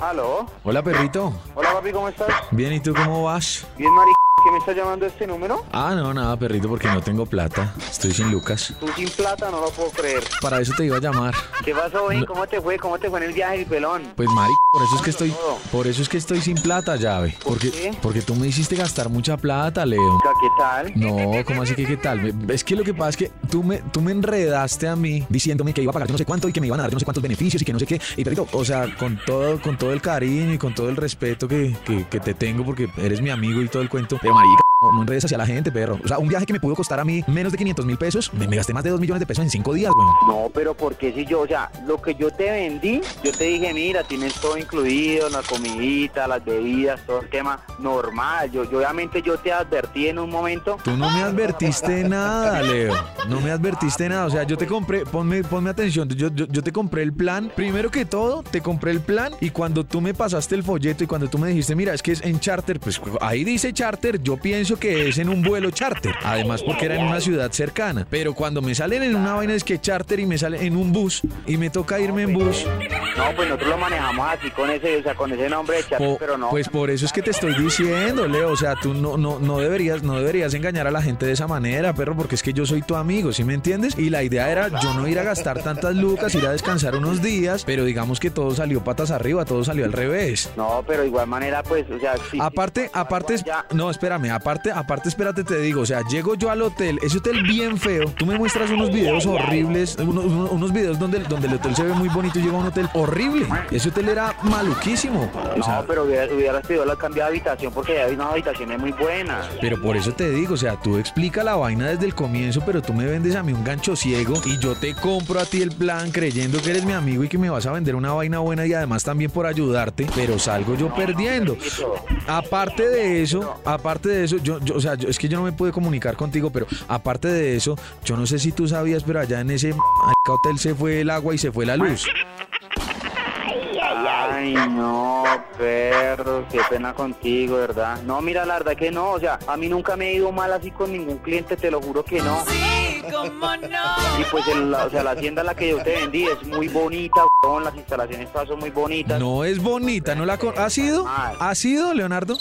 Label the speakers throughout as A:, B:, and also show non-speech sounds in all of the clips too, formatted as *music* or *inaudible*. A: Aló.
B: Hola, perrito.
A: Hola, papi, ¿cómo estás?
B: Bien, ¿y tú cómo vas?
A: Bien, marica, ¿qué me está llamando este número?
B: Ah, no, nada, perrito, porque no tengo plata. Estoy sin Lucas.
A: Tú sin plata no lo puedo creer.
B: Para eso te iba a llamar.
A: ¿Qué pasó, Ben? ¿Cómo te fue? ¿Cómo te fue en el viaje, el pelón?
B: Pues, marica, por eso es que estoy... Por eso es que estoy sin plata, llave. Porque,
A: qué?
B: porque tú me hiciste gastar mucha plata, Leo.
A: Marica, ¿Qué tal?
B: No, ¿cómo así que qué tal? Me- Es que lo que pasa es que tú me, tú me enredaste a mí diciéndome que iba a pagar yo no sé cuánto y que me iban a dar yo no sé cuántos beneficios y que no sé qué. Y perrito, o sea, con todo, con todo el cariño y con todo el respeto que, que- que te tengo porque eres mi amigo y todo el cuento. Pero marica, no, no enredes hacia la gente, perro. O sea, un viaje que me pudo costar a mí menos de 500 mil pesos, me, me gasté más de 2 millones de pesos en 5 días, güey.
A: No, pero porque si yo, o sea, lo que yo te vendí, yo te dije, mira, tienes todo incluido, la comidita, las bebidas, todo el tema normal. Yo, yo obviamente yo te advertí en un momento.
B: Tú no me advertiste nada, Leo. No me advertiste nada. O sea, yo te compré, ponme, ponme atención, yo, yo, yo te compré el plan. Primero que todo, te compré el plan y cuando tú me pasaste el folleto y cuando tú me dijiste, mira, es que es en charter, pues ahí dice charter, yo pienso que es en un vuelo charter. Además, porque era en una ciudad cercana. Pero cuando me salen en una vaina es que charter y me salen en un bus y me toca irme en bus.
A: No, pues nosotros lo manejamos así con ese, o sea, con ese nombre de chat,
B: Po-
A: pero no.
B: Pues por eso es que te estoy diciendo, Leo. O sea, tú no, no, no, deberías, no deberías engañar a la gente de esa manera, perro, porque es que yo soy tu amigo, ¿sí me entiendes? Y la idea era yo no ir a gastar tantas lucas, ir a descansar unos días, pero digamos que todo salió patas arriba, todo salió al revés.
A: No, pero de igual manera, pues, o sea, sí.
B: Aparte, aparte, es-
A: Ya.
B: no, espérame, aparte, aparte, espérate, te digo, o sea, llego yo al hotel, ese hotel bien feo, tú me muestras unos videos horribles, uno- uno- unos, videos donde, donde el hotel se ve muy bonito y llega un hotel horrible, ese hotel era maluquísimo, o sea,
A: No, pero hubiera- hubieras pedido la cambio de habitación porque ya hay unas habitaciones muy buenas.
B: Pero por eso te digo, o sea, tú explica la vaina desde el comienzo, pero tú me vendes a mí un gancho ciego y yo te compro a ti el plan creyendo que eres mi amigo y que me vas a vender una vaina buena y además también por ayudarte, pero salgo yo perdiendo. Aparte de eso, aparte de eso, yo, yo- o sea, yo- es que yo no me pude comunicar contigo, pero aparte de eso, yo no sé si tú sabías, pero allá en ese hotel se fue el agua y se fue la luz.
A: Ay, no, perro, qué pena contigo, ¿verdad? No, mira, la verdad que no, o sea, a mí nunca me he ido mal así con ningún cliente, te lo juro que no.
C: Sí, cómo no.
A: Y pues, el- la- o sea, la tienda a la que yo te vendí es muy bonita, con las instalaciones todas son muy bonitas.
B: No es bonita, ¿no la con ¿Ha sido? ¿Ha sido, Leonardo?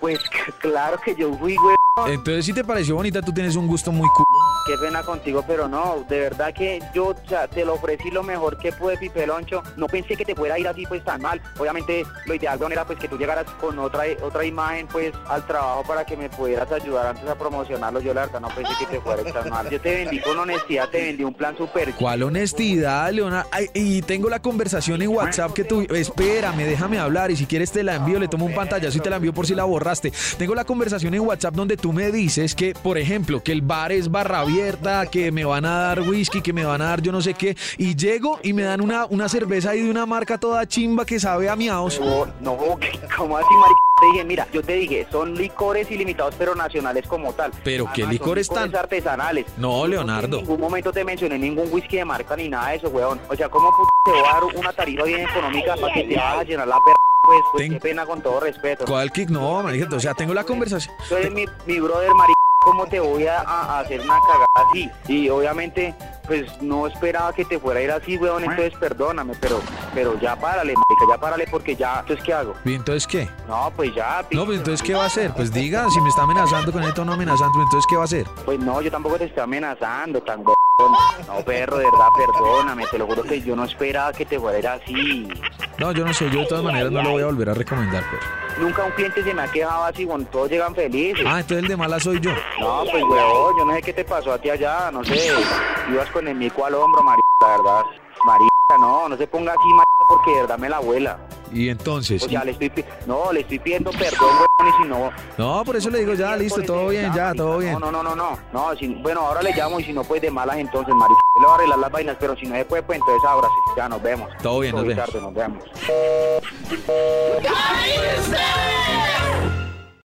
A: Pues *laughs* c- claro que yo fui, güey.
B: Entonces, si te pareció bonita, tú tienes un gusto muy cool.
A: Qué pena contigo, pero no, de verdad que yo o sea, te lo ofrecí lo mejor que pude, Pipeloncho. No pensé que te fuera a ir así pues tan mal. Obviamente lo ideal weón, era pues que tú llegaras con otra otra imagen pues al trabajo para que me pudieras ayudar antes a promocionarlo. Yo la verdad no pensé que te fuera a ir tan mal. Yo te vendí con honestidad, te vendí un plan súper.
B: ¿Cuál honestidad, Leonardo? Ay, y tengo la conversación en WhatsApp que tú... Espérame, déjame hablar y si quieres te la envío, le tomo un pantallazo y te la envío por si la borraste. Tengo la conversación en WhatsApp donde tú me dices que, por ejemplo, que el bar es barra abierta, que me van a dar whisky, que me van a dar yo no sé qué, y llego y me dan una, una cerveza ahí de una marca toda chimba que sabe a miaos.
A: No, no, ¿qué? ¿cómo así, marica? Te dije, mira, yo te dije, son licores ilimitados pero nacionales como tal.
B: Pero, ¿qué
A: Además, son
B: licores tan-
A: artesanales.
B: No, Leonardo.
A: En ningún momento te mencioné ningún whisky de marca ni nada de eso, weón. O sea, ¿cómo puta te voy a dar una tarifa bien económica para que te vas a llenar la perra? Pues, pues
B: Ten-
A: qué pena con todo respeto.
B: ¿Cuál kick? No, marica, o sea, tengo la conversación...
A: Tú eres mi, mi brother, marica. ¿Cómo te voy a, a hacer una cagada así? Y obviamente, pues no esperaba que te fuera a ir así, weón. Entonces, perdóname, pero pero ya párale, marica, ya párale porque ya... Entonces, ¿qué hago?
B: ¿Y entonces qué?
A: No, pues ya,
B: No, pues entonces ¿qué va a hacer? Pues diga, si me está amenazando con el tono amenazante, entonces ¿qué va a hacer?
A: Pues no, yo tampoco te estoy amenazando, tan weón. No, perro, de verdad, perdóname, te lo juro que yo no esperaba que te fuera a ir así.
B: No, yo no sé, yo de todas maneras no lo voy a volver a recomendar. pues. Pero...
A: Nunca un cliente se me ha quejado así, bueno, todos llegan felices.
B: Ah, entonces el de mala soy yo.
A: No, pues weón, yo no sé qué te pasó a ti allá, no sé. Ibas con el mico al hombro, marica, la verdad. Marica, no, no se ponga así, marica, porque de verdad me la abuela.
B: Y entonces...
A: O sea, le estoy pi- no, le estoy pidiendo perdón, weón, y si no...
B: No, por eso le digo ya, listo, todo bien, ya, todo bien.
A: No, no, no, no, no, no, si- bueno, ahora le llamo y si no, pues de malas entonces, marica. Yo Le voy a arreglar las vainas, pero si no se puede, pues entonces ábrase. Ya, nos vemos.
B: Todo bien, nos vemos.
A: Ricardo, nos vemos.
C: ¡Ay, ustedes!